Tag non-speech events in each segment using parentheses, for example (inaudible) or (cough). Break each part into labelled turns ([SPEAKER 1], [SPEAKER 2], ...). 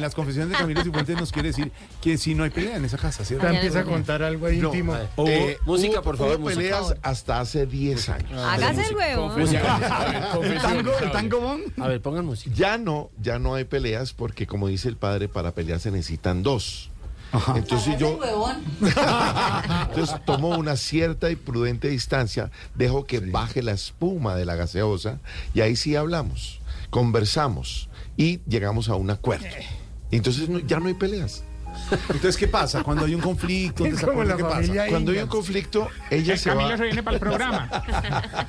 [SPEAKER 1] las confesiones de Camilo Cifuentes nos quiere decir que si no hay pelea en esa casa, ¿cierto?
[SPEAKER 2] Ya
[SPEAKER 3] Ay,
[SPEAKER 2] empieza a
[SPEAKER 3] alguna.
[SPEAKER 2] contar algo ahí
[SPEAKER 1] No,
[SPEAKER 2] íntimo.
[SPEAKER 1] a ver.
[SPEAKER 4] Hubo-
[SPEAKER 1] Eh,
[SPEAKER 4] música,
[SPEAKER 1] hubo-
[SPEAKER 4] por favor,
[SPEAKER 1] hubo
[SPEAKER 4] música.
[SPEAKER 1] peleas hasta hace 10 años.
[SPEAKER 3] Hágase el huevo.
[SPEAKER 1] ¿El tango, el tango bon?
[SPEAKER 4] A ver, pongan música.
[SPEAKER 5] Ya no, ya no hay peleas porque como dice el padre, para pelear se necesitan dos. Entonces yo, (laughs) entonces tomo una cierta y prudente distancia, dejo que baje la espuma de la gaseosa y ahí sí hablamos, conversamos y llegamos a un acuerdo. Entonces no- ya no hay peleas.
[SPEAKER 1] Entonces, ¿qué pasa? Cuando hay un conflicto, un
[SPEAKER 2] Es como
[SPEAKER 1] desacuerdo,
[SPEAKER 2] la
[SPEAKER 1] ¿qué pasa?
[SPEAKER 2] familia
[SPEAKER 5] Cuando hay
[SPEAKER 2] Ingalls.
[SPEAKER 5] un conflicto, ella se va.
[SPEAKER 6] Camilo se viene para el programa.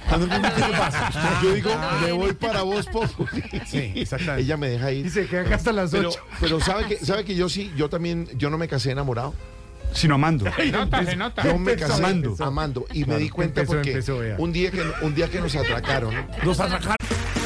[SPEAKER 1] Cuando hay un conflicto, ¿qué pasa?
[SPEAKER 5] Yo digo, me voy para vos, Populi.
[SPEAKER 1] Sí, exactamente.
[SPEAKER 5] Ella me deja ir.
[SPEAKER 2] Y se queda acá hasta las
[SPEAKER 5] Pero,
[SPEAKER 2] 8.
[SPEAKER 5] pero
[SPEAKER 2] (laughs)
[SPEAKER 5] sabe que sabe que yo sí, yo también, yo no me casé enamorado.
[SPEAKER 1] Sino amando.
[SPEAKER 6] Se nota, se nota.
[SPEAKER 5] Yo me
[SPEAKER 2] Empezó,
[SPEAKER 5] casé
[SPEAKER 2] amando.
[SPEAKER 5] amando. Y
[SPEAKER 2] Claro,
[SPEAKER 5] me di cuenta
[SPEAKER 2] empezó,
[SPEAKER 5] porque
[SPEAKER 2] empezó, vea.
[SPEAKER 5] un día que un día
[SPEAKER 2] (laughs)
[SPEAKER 5] que nos atracaron.
[SPEAKER 1] Nos atracaron.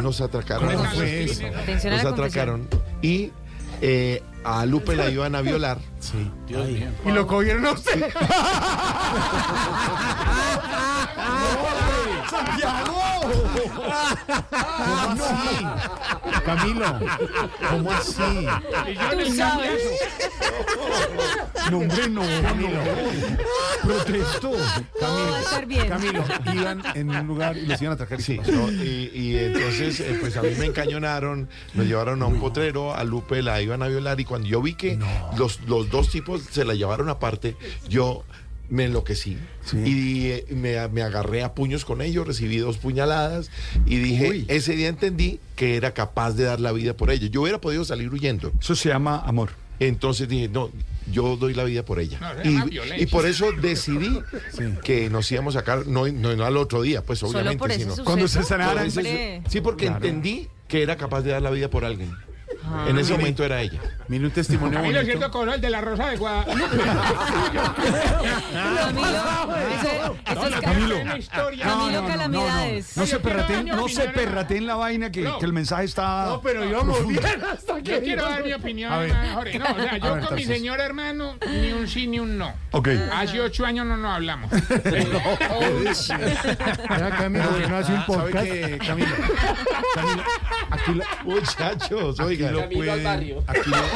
[SPEAKER 5] Nos atracaron.
[SPEAKER 1] ¿Cómo fue
[SPEAKER 5] Nos
[SPEAKER 1] eso?
[SPEAKER 3] Atención a la confesión.
[SPEAKER 5] atracaron. Y eh, a Lupe la iban a
[SPEAKER 2] (laughs)
[SPEAKER 5] violar.
[SPEAKER 1] Sí.
[SPEAKER 2] Y lo cogieron a usted.
[SPEAKER 1] ¿Cómo así? Camilo, ¿cómo así?
[SPEAKER 6] Hicieron
[SPEAKER 3] Tú
[SPEAKER 6] el
[SPEAKER 3] sabes.
[SPEAKER 6] cambiazo.
[SPEAKER 1] No, hombre, no, Camilo. Protestó.
[SPEAKER 3] Todo va a estar bien.
[SPEAKER 1] Camilo, iban en un lugar y los iban a atracar.
[SPEAKER 5] Sí, ¿no? y, y entonces, eh, pues a mí me encañonaron, nos llevaron a un potrero, a Lupe la iban a violar y cuando yo vi que los, los dos tipos se la llevaron aparte, yo me enloquecí y eh, me, me agarré a puños con ellos, recibí dos puñaladas y dije, ese día entendí que era capaz de dar la vida por ella. Yo hubiera podido salir huyendo.
[SPEAKER 1] Eso se llama amor.
[SPEAKER 5] Entonces dije, no, yo doy la vida por ella.
[SPEAKER 6] No, se llama
[SPEAKER 5] y,
[SPEAKER 6] violencia.
[SPEAKER 5] y por eso decidí que nos íbamos a sacar, no, no, no al otro día, pues
[SPEAKER 3] Solo
[SPEAKER 5] obviamente,
[SPEAKER 3] por ese
[SPEAKER 5] sino...
[SPEAKER 3] suceso.
[SPEAKER 1] Cuando se sanara,
[SPEAKER 3] Hombre.
[SPEAKER 5] Entonces, sí, porque entendí que era capaz de dar la vida por alguien. En ese momento era ella.
[SPEAKER 1] Mire un testimonio
[SPEAKER 6] Camilo es cierto
[SPEAKER 1] bonito.
[SPEAKER 6] con el de la Rosa de Guadalupe.
[SPEAKER 3] Camilo, eso- eso es ca-
[SPEAKER 6] Camilo. Una historia.
[SPEAKER 3] Camilo Calamidades.
[SPEAKER 6] se perrateen- no se perrateen
[SPEAKER 1] la vaina que,
[SPEAKER 6] que el
[SPEAKER 1] mensaje está.
[SPEAKER 2] No, pero íbamos
[SPEAKER 1] (laughs)
[SPEAKER 2] bien hasta que.
[SPEAKER 6] Yo quiero dar mi opinión,
[SPEAKER 1] A ver.
[SPEAKER 6] hermano Jorge. No, o sea,
[SPEAKER 1] A
[SPEAKER 6] yo
[SPEAKER 1] ver,
[SPEAKER 6] con mi
[SPEAKER 1] Tarcisio.
[SPEAKER 6] señor hermano, ni un sí ni un no.
[SPEAKER 1] Ok.
[SPEAKER 6] Hace ocho años no nos hablamos.
[SPEAKER 2] Era Camilo que no hace un
[SPEAKER 1] ¿Sabe
[SPEAKER 2] podcast.
[SPEAKER 1] qué, Camilo? Camilo, aquí la-
[SPEAKER 5] Muchachos,
[SPEAKER 1] aquí
[SPEAKER 5] oigan.
[SPEAKER 1] lo pueden- aquí lo-